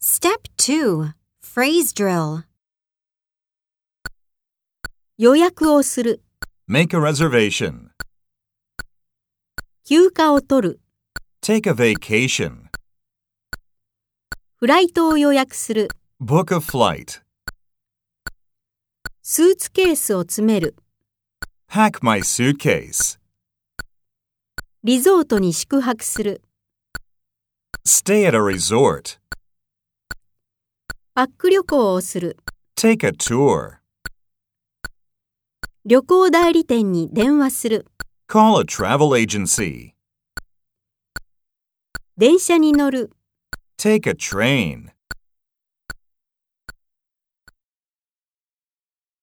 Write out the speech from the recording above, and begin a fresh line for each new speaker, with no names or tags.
Step 2 Phrase Drill
予約をする、
Make a reservation.
休暇を取る、
Take a vacation.
フライトを予約する、
Book a flight.
スーツケースを詰める、
Pack my suitcase.
リゾートに宿泊する、
Stay at a resort.
パック旅行をする、
Take a tour.
旅行代理店に電話する、
Call a travel agency.
電車に乗る。
Take a train.